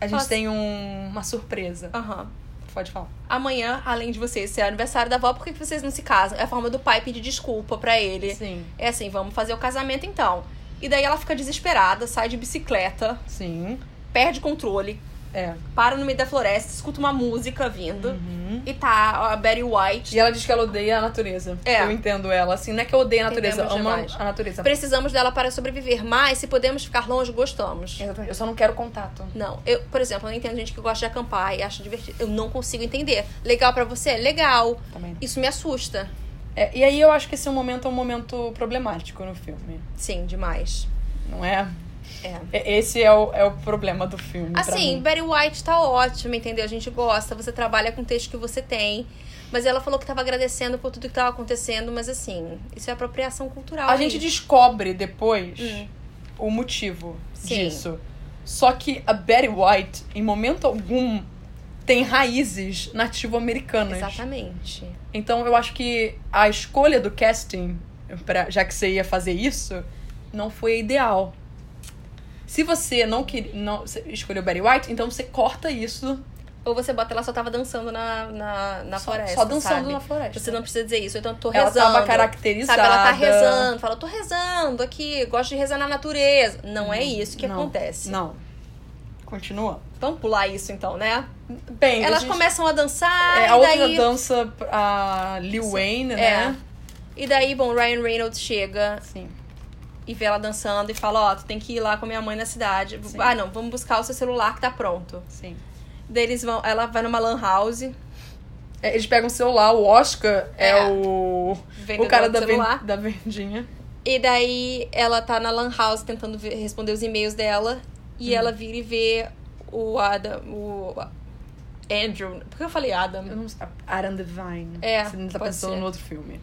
a gente
Fala-
tem um- uma surpresa.
Aham.
Pode falar.
Amanhã, além de vocês, se é aniversário da avó, por que que vocês não se casam? É a forma do pai pedir desculpa pra ele.
Sim.
É assim, vamos fazer o casamento então. E daí ela fica desesperada, sai de bicicleta,
Sim.
perde controle,
É.
para no meio da floresta, escuta uma música vindo.
Hum.
E tá a Betty White.
E ela diz que ela odeia a natureza.
É.
Eu entendo ela. Assim, não é que eu odeio a natureza, eu amo
Entendemos demais.
a natureza.
Precisamos dela para sobreviver, mas se podemos ficar longe, gostamos.
Exatamente. Eu só não quero contato.
Não, eu, por exemplo, eu não entendo gente que gosta de acampar e acha divertido. Eu não consigo entender. Legal pra você? Legal.
Também. não.
Isso me assusta.
É, e aí eu acho que esse momento é um momento problemático no filme.
Sim, demais.
Não é?
É.
É- Esse é o, é o problema do filme. pra
Assim,
mim.
Betty White tá ótima, entendeu? A gente gosta, você trabalha com o texto que você tem. Mas ela falou que tava agradecendo por tudo que tava acontecendo, mas assim, isso é apropriação cultural.
A
hein?
gente descobre depois
Hum.
o motivo
Sim.
disso. Só que a Betty White, em momento algum, tem raízes nativo-americanas.
Exatamente.
Então eu acho que a escolha do casting, pra, já que você ia fazer isso, não foi a ideal. Se você não, quer, não você escolheu Barry White, então você corta isso
Ou você bota, ela só tava dançando na, na, na
só,
floresta.
só dançando
sabe?
na floresta.
Você não precisa dizer isso. Então, eu tô
ela
rezando.
tava caracterizada.
Sabe, ela tá rezando, fala, eu tô rezando aqui, gosto de rezar na natureza. Não é isso que
Não.
acontece.
Não. Continua.
Vamos pular isso então, né?
Bem, a
Elas
gente-
começam a dançar,
é,
e
a outra
daí
dança, a Lil Wayne,
É.
né?
E daí, bom, Ryan Reynolds chega
Sim.
e vê ela dançando e fala, ó, tu tem que ir lá com a minha mãe na cidade.
Sim.
Ah, não, vamos buscar o seu celular que tá pronto.
Sim.
Daí eles vão, ela vai numa lan house,
É, eles pegam o celular, o Oscar é,
É.
o.
vendedor
o cara
do
da, ven-
celular.
da vendinha.
E daí ela tá na lan house tentando ver- responder os e-mails dela e
Uhum.
ela vira e vê o Adam, o Andrew. Por que eu falei Adam?
Eu não sei. Adam Devine.
É,
Você não tá
pode
pensando
ser.
no outro filme.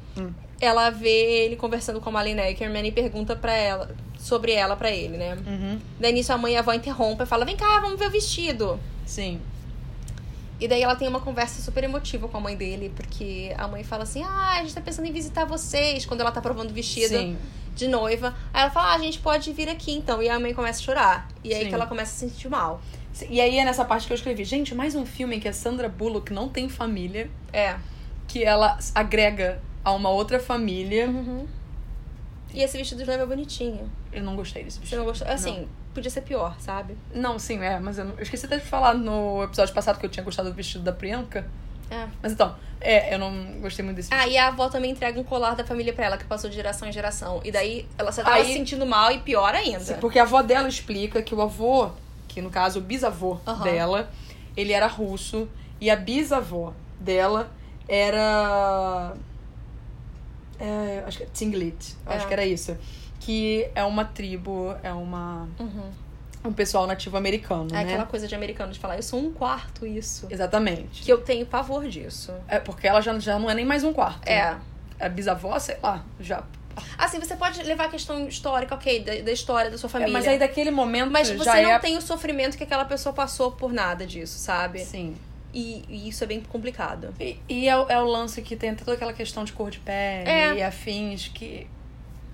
ela vê ele conversando com a Malin Eckerman e pergunta para ela sobre ela pra ele, né?
Uhum.
Daí nisso a mãe e a avó interrompem e fala: "Vem cá, vamos ver o vestido".
Sim.
E daí ela tem uma conversa super emotiva com a mãe dele, porque a mãe fala assim: "Ah, a gente tá pensando em visitar vocês", quando ela tá provando o vestido
Sim.
de noiva. Aí ela fala: "Ah, a gente pode vir aqui então". E a mãe começa a chorar. E é aí
Sim.
que ela começa a se sentir mal.
E aí é nessa parte que eu escrevi. Gente, mais um filme em que a Sandra Bullock não tem família,
É.
que ela s- agrega a uma outra família.
Uhum. E esse vestido de noiva é bonitinho.
Eu não gostei desse
Você
bicho.
não gostou? Assim, podia ser pior, sabe?
Não, sim, é, mas eu, não- eu esqueci até de falar no episódio passado que eu tinha gostado do vestido da Priyanka.
É.
Mas então, é, eu não gostei muito desse
Ah, e a avó também entrega um colar da família pra ela, que passou de geração em geração. E daí ela só tava
Aí-
se sentindo mal e pior ainda. É
Sim, Porque a avó dela explica que o avô, que no caso o bisavô
Aham.
dela, ele era russo e a bisavó dela era. é, acho que é Tinglit,
É.
acho que era isso. Que é uma tribo, é uma,
Uhum.
um pessoal nativo americano,
É
né?
aquela coisa de americano de falar, eu sou um quarto isso.
Exatamente.
Que eu tenho pavor disso.
É porque ela já, já não é nem mais um quarto.
É.
A bisavó, sei lá, já
Assim, você pode levar a questão histórica, ok, da, da história da sua família.
É, mas aí daquele momento
Mas você
já
não
é...
tem o sofrimento que aquela pessoa passou por nada disso, sabe?
Sim.
E, e isso é bem complicado.
E, e é, o- é o lance que tem toda aquela questão de cor de pele
É.
e afins que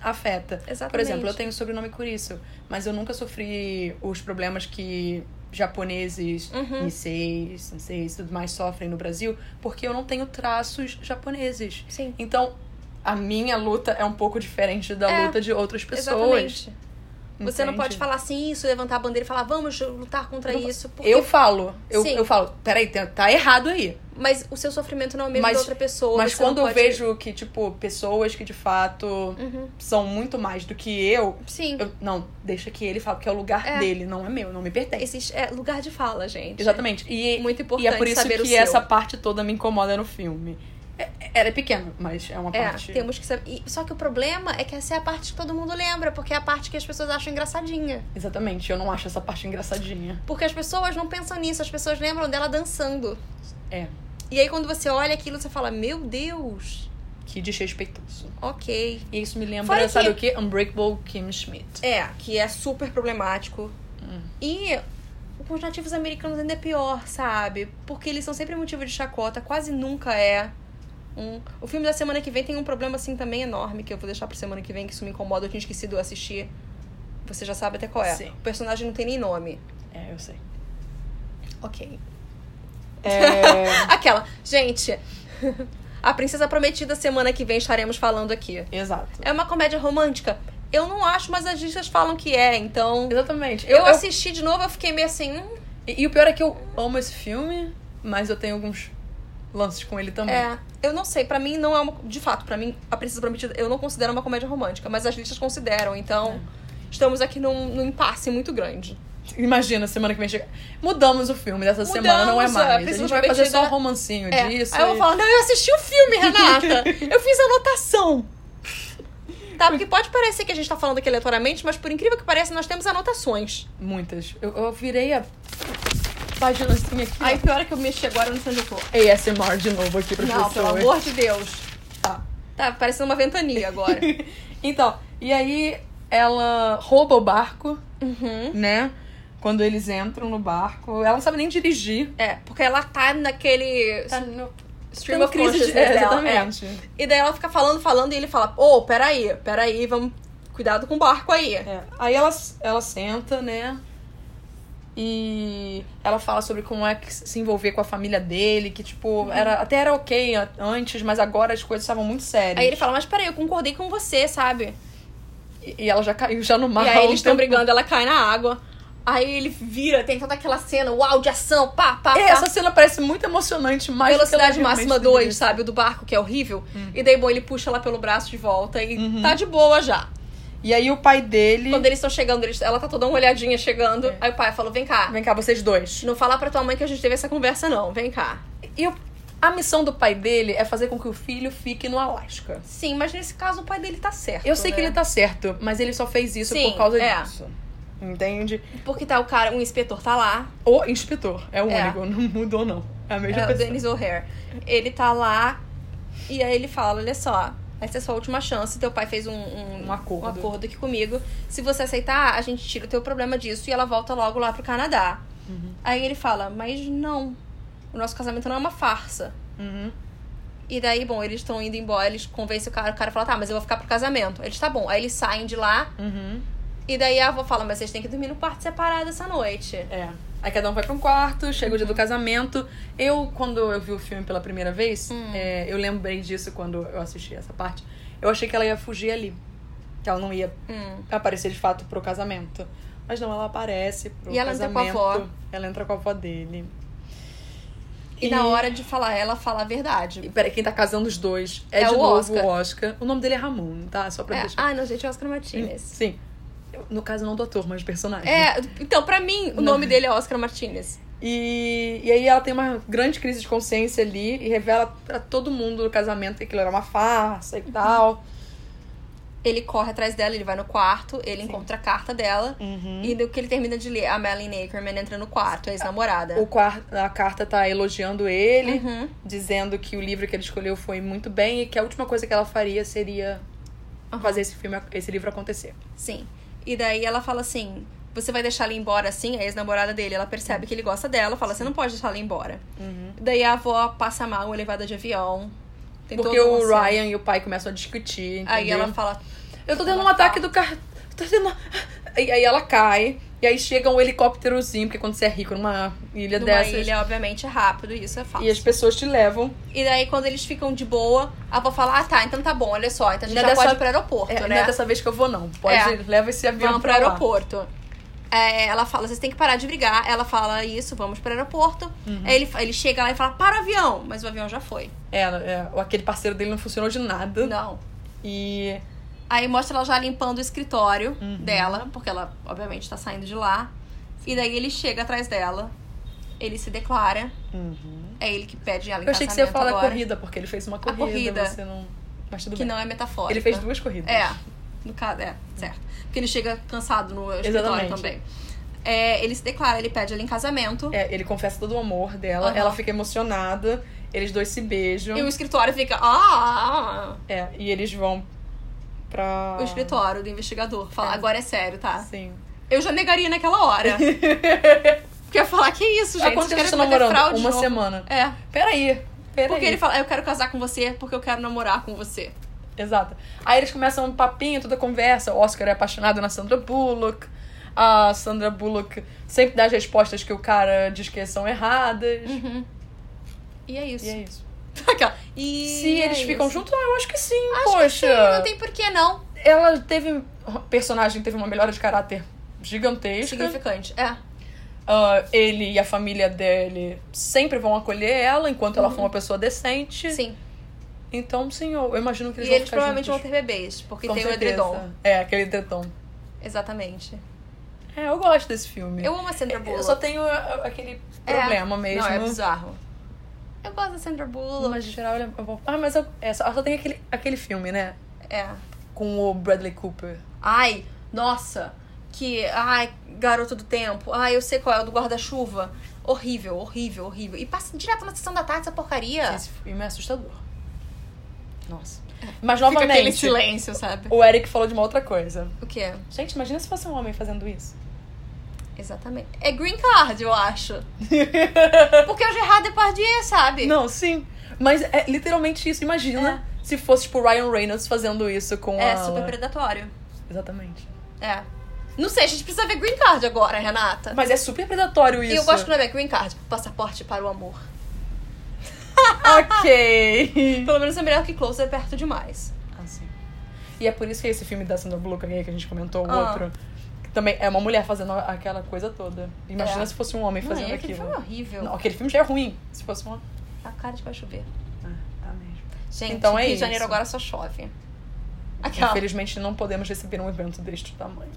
afeta.
Exatamente.
Por exemplo, eu tenho o sobrenome Curiço, mas eu nunca sofri os problemas que japoneses,
Uhum.
niseis, senseis e tudo mais sofrem no Brasil, porque eu não tenho traços japoneses.
Sim.
Então, a minha luta é um pouco diferente da
É,
luta de outras pessoas.
Exatamente. Você não
entende?
pode falar assim isso, levantar a bandeira e falar, vamos lutar contra
Não-
isso. Porque...
Eu falo, eu,
Sim.
eu falo, peraí, tá- tá errado aí.
Mas o seu sofrimento não é o mesmo
Mas-
da outra pessoa.
Mas
você
quando
não
eu
pode-
vejo que, tipo, pessoas que de fato
Uhum.
são muito mais do que eu,
Sim.
eu não, deixa que ele fale, porque é o lugar
É.
dele, não é meu, não me pertence.
Existe é, lugar de fala, gente.
Exatamente. E,
Muito
e
importante
é por isso
saber
que
o seu.
essa parte toda me incomoda no filme. É- Ela é pequena, mas é uma
É,
parte.
temos que saber. e- só que o problema é que essa é a parte que todo mundo lembra, porque é a parte que as pessoas acham engraçadinha.
Exatamente, eu não acho essa parte engraçadinha.
Porque as pessoas não pensam nisso, as pessoas lembram dela dançando.
É,
E aí quando você olha aquilo, você fala, meu Deus,
que desrespeitoso.
ok.
E isso me lembra,
Fora que-
sabe o quê? Unbreakable Kim Schmidt.
É, que é super problemático. E com os nativos americanos ainda é pior, sabe? Porque eles são sempre motivo de chacota, quase nunca é. Um... O filme da semana que vem tem um problema assim também enorme, que eu vou deixar pra semana que vem, que isso me incomoda, eu tinha esquecido de assistir. Você já sabe até qual é.
Sim.
O personagem não tem nem nome.
É, eu sei.
Ok.
É,
(laughs) Aquela. Gente, a Princesa Prometida semana que vem estaremos falando aqui.
Exato.
É uma comédia romântica? Eu não acho, mas as listas falam que é, então.
Exatamente.
Eu,
eu, eu
assisti de novo, eu fiquei meio assim. hum,
E, e o pior é que eu amo esse filme, mas eu tenho alguns lances com ele também.
É. Eu não sei, pra mim não é uma. De fato, pra mim, A Princesa Prometida, eu não considero uma comédia romântica, mas as listas consideram, então. Estamos aqui num, num impasse muito grande.
Imagina, semana que vem chega. Mudamos o filme dessa
Mudamos,
semana, não é
é,
mais. A
Princesa
gente vai fazer só um
Prometida.
romancinho
É.
disso.
Aí eu vou
e-
falar, não, eu assisti o filme, Renata! (laughs) eu fiz anotação! Tá, porque pode parecer que a gente tá falando aqui aleatoriamente, mas por incrível que pareça, nós temos anotações.
Muitas. Eu, eu virei a paginazinha aqui.
Aí pior é que eu mexi agora, eu não sei onde eu tô.
ó. ASMR de novo aqui pra
Não,
pessoas.
pelo amor de Deus.
Tá.
Tá parecendo uma ventania agora. (laughs)
Então, e aí ela rouba o barco,
uhum.
né? Quando eles entram no barco. Ela não sabe nem dirigir.
É, porque ela tá naquele
no...
Tá stream of
crise de...
consciousness
(laughs) é,
dela. é.
Exatamente.
E daí ela fica falando, falando, e ele fala, ô, peraí, peraí, vamos... Cuidado com o barco aí.
É. Aí ela, ela senta, né? E ela fala sobre como é que se envolver com a família dele, que, tipo,
Uhum.
era, até era ok a- antes, mas agora as coisas estavam muito sérias.
Aí ele fala, mas peraí, eu concordei com você, sabe?
E, e ela já caiu já no mar.
e
há
aí
um
eles estão
tempo.
brigando, ela cai na água. Aí ele vira, tem toda aquela cena, uau, de ação, pá, pá,
É,
pá.
essa cena parece muito emocionante, mas.
Velocidade máxima 2, sabe? O do barco, que é horrível.
Uhum.
E daí, bom, ele puxa ela pelo braço de volta e tá de boa já.
E aí o pai dele.
Quando eles estão chegando, eles- ela tá toda uma olhadinha chegando.
É.
Aí o pai falou: vem cá,
Vem cá, vocês dois.
não fala pra tua mãe que a gente teve essa conversa, não. Vem cá.
E o- a missão do pai dele é fazer com que o filho fique no Alasca.
Sim, mas nesse caso o pai dele tá certo.
Eu sei que
né?
ele tá certo, mas ele só fez isso
Sim,
por causa
é.
disso. Entende?
Porque tá o cara, um inspetor tá lá,
O inspetor. É o
É.
único. (laughs) Não mudou, não. É a mesma
é, o
pessoa.
Dennis O'Hare. Ele tá lá e aí ele fala: olha só, essa é a sua última chance. Teu pai fez um, um,
Um acordo.
um acordo aqui comigo. Se você aceitar, a gente tira o teu problema disso e ela volta logo lá pro Canadá. Aí ele fala: mas não, o nosso casamento não é uma farsa.
Uhum.
E daí, bom, eles estão indo embora, eles convencem o cara, o cara fala, tá, mas eu vou ficar pro casamento. Eles, tá bom. Aí eles saem de lá,
Uhum.
e daí a avó fala, mas vocês têm que dormir no quarto separado essa noite.
É. Aí cada um vai pra um quarto, chega o dia do casamento. Eu, quando eu vi o filme pela primeira vez, é, eu lembrei disso quando eu assisti essa parte. Eu achei que ela ia fugir ali. Que ela não ia
Hum.
aparecer de fato pro casamento. Mas não, ela aparece pro
E ela entra com a
casamento.
avó.
Ela entra com a avó dele.
E, na hora de falar, ela fala a
E,
verdade.
peraí, quem tá casando os dois é,
É
de
o
novo
Oscar.
o Oscar. O nome dele é Ramon, tá? Só pra
É,
deixar.
Ah, não, gente, é Oscar Martinez.
Sim. Eu, No caso, não do ator, mas do personagem.
É, então, pra mim, o
Não.
nome dele é Oscar Martinez.
E, e aí ela tem uma grande crise de consciência ali e revela pra todo mundo do casamento que aquilo era uma farsa e tal.
Ele corre atrás dela, ele vai no quarto, ele encontra a carta dela.
Uhum.
E do que ele termina de ler, a Madeline Ackerman entra no quarto, a ex-namorada.
O quar- a carta tá elogiando ele,
Uhum.
dizendo que o livro que ele escolheu foi muito bem e que a última coisa que ela faria seria fazer esse filme, esse livro acontecer.
Sim. E daí ela fala assim: você vai deixar ele embora assim? A ex-namorada dele, ela percebe que ele gosta dela, fala: você não pode deixar ele embora.
Uhum.
Daí a avó passa mal, elevada de avião. Tem
Porque
todo um
o
lance.
Ryan e o pai começam a discutir. Entendeu?
Aí ela fala:
Eu tô
ela
tendo um
fala-
ataque do carro. Tô tendo. um-" uma- E aí ela cai. E aí chega um helicópterozinho, porque quando você é rico numa ilha
numa
dessas.
ilha, obviamente, é rápido, isso é fato.
E as pessoas te levam.
E daí, quando eles ficam de boa, a avó fala: Ah, tá, então tá bom, olha só, então a gente
Não é
já
dessa-
pode ir pro aeroporto,
É,
né?
Não é dessa vez que eu vou, não. Pode,
É.
leva esse avião
Vamos pro
pra lá.
aeroporto. É, ela fala, vocês têm que parar de brigar. Ela fala isso, vamos pro aeroporto.
Uhum.
Aí ele, ele chega lá e fala, para o avião. Mas o avião já foi.
É, é, aquele parceiro dele não funcionou de nada.
Não.
E
Aí mostra ela já limpando o escritório
Uhum.
dela, porque ela, obviamente, tá saindo de lá. E daí ele chega atrás dela. Ele se declara. É ele que pede ela em
uhum. eu achei que você ia
casamento
falar
agora,
corrida, porque ele fez uma corrida.
corrida.
Você não... Mas tudo
Que
bem.
não é metafórica.
Ele fez duas corridas.
É, no caso, é, certo. Porque ele chega cansado no escritório
Exatamente.
também. É, ele se declara, ele pede ela em casamento.
É, ele confessa todo o amor dela,
Aham.
ela fica emocionada, eles dois se beijam.
E o escritório fica. Ah!
É, e eles vão pra.
O escritório do investigador fala, agora é sério, tá?
Sim.
Eu já negaria
(laughs)
naquela hora. Porque eu ia falar, que isso, já
Já
gente,
quanto tempo
quero
você tá
cometer
namorando?
fraude de
Uma
novo.
semana.
É.
Peraí, peraí.
Porque ele fala, eu quero casar com você porque eu quero namorar com você.
Exato. Aí eles começam um papinho, toda conversa. O Oscar é apaixonado na Sandra Bullock. A Sandra Bullock sempre dá as respostas que o cara diz que são erradas.
Uhum. E é isso. (laughs)
E é isso.
Aquela, E
Se
é
eles ficam
isso.
juntos, ah, eu acho que sim,
Acho
poxa.
que sim, não tem porquê não.
Ela teve. um personagem teve uma melhora de caráter gigantesca.
Significante. É.
Ah, ele e a família dele sempre vão acolher ela enquanto ela for uma pessoa decente.
Uhum. Sim.
Então, sim, eu, eu imagino que eles
e
vão
eles
ficar
provavelmente
juntos.
vão ter bebês, porque
Com
tem
certeza.
o edredom.
É, aquele edredom.
Exatamente.
É, eu gosto desse filme.
Eu amo a Sandra Bullock.
Eu só tenho ah, aquele
É.
problema mesmo.
Não, é bizarro. Eu gosto da Sandra Bullock.
Mas, em geral, ele é bom. Ah, mas eu, é, só, só tem aquele, aquele filme, né?
É.
Com o Bradley Cooper.
Ai, nossa, que. Ai, garoto do tempo. Ai, eu sei qual é o do guarda-chuva. Horrível, horrível, horrível. E passa direto na sessão da tarde essa porcaria.
Esse filme é assustador. Nossa. Mas,
É. Fica aquele
novamente,
silêncio, sabe?
o Eric falou de uma outra coisa.
O quê?
Gente, imagina se fosse um homem fazendo
(laughs)
isso.
Exatamente. É green card, eu acho. Porque o Gerard Depardieu, sabe?
Não, sim. Mas é literalmente isso. Imagina se fosse, tipo, o Ryan Reynolds fazendo isso com
É
a...
super predatório.
Exatamente.
É. Não sei, a gente precisa ver green card agora, Renata.
Mas é super predatório isso.
E
(laughs)
eu gosto que o nome é green card passaporte para o amor.
Ok.
Pelo menos é melhor que Close é perto demais.
Assim. E é por isso que esse filme da Sandra Bullock aí, que a gente comentou, o
Ah.
outro, que também é uma mulher fazendo aquela coisa toda. Imagina
É.
se fosse um homem
Não,
fazendo
é, aquele
aquilo.
filme é horrível.
Não, aquele filme já é ruim. Se fosse um homem.
A cara de que vai chover.
Ah, mesmo.
Gente,
Então é
Rio de Janeiro
isso.
agora só chove. Aquela.
Infelizmente, não podemos receber um evento deste tamanho.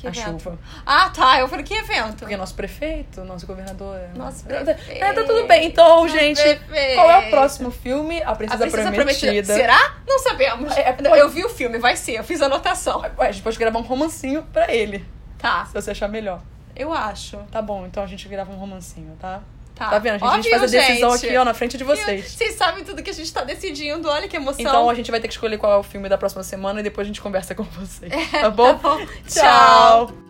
que
a
evento?
chuva.
Ah, tá. Eu falei, que evento?
Porque nosso prefeito, nosso governador... é-
Nosso
É,
prefeito.
tá tudo bem. Então,
Nosso
gente,
prefeito.
qual é o próximo filme? A
A
Princesa,
Princesa Prometida.
Prometida.
Será? Não sabemos.
É, é,
Não, eu vi o filme, vai ser. Eu fiz anotação.
Ué, a gente pode gravar um romancinho pra ele,
Tá.
se você achar melhor.
Eu acho.
Tá bom, então a gente grava um romancinho, tá?
Tá.
Tá vendo? A gente, a gente
Óbvio,
faz a decisão
gente.
aqui, ó, na frente de
Eu-
vocês.
Vocês sabem tudo que a gente tá decidindo. Olha que emoção.
Então a gente vai ter que escolher qual é o filme da próxima semana e depois a gente conversa com vocês. Tá bom?
Tá É, bom.
Tchau.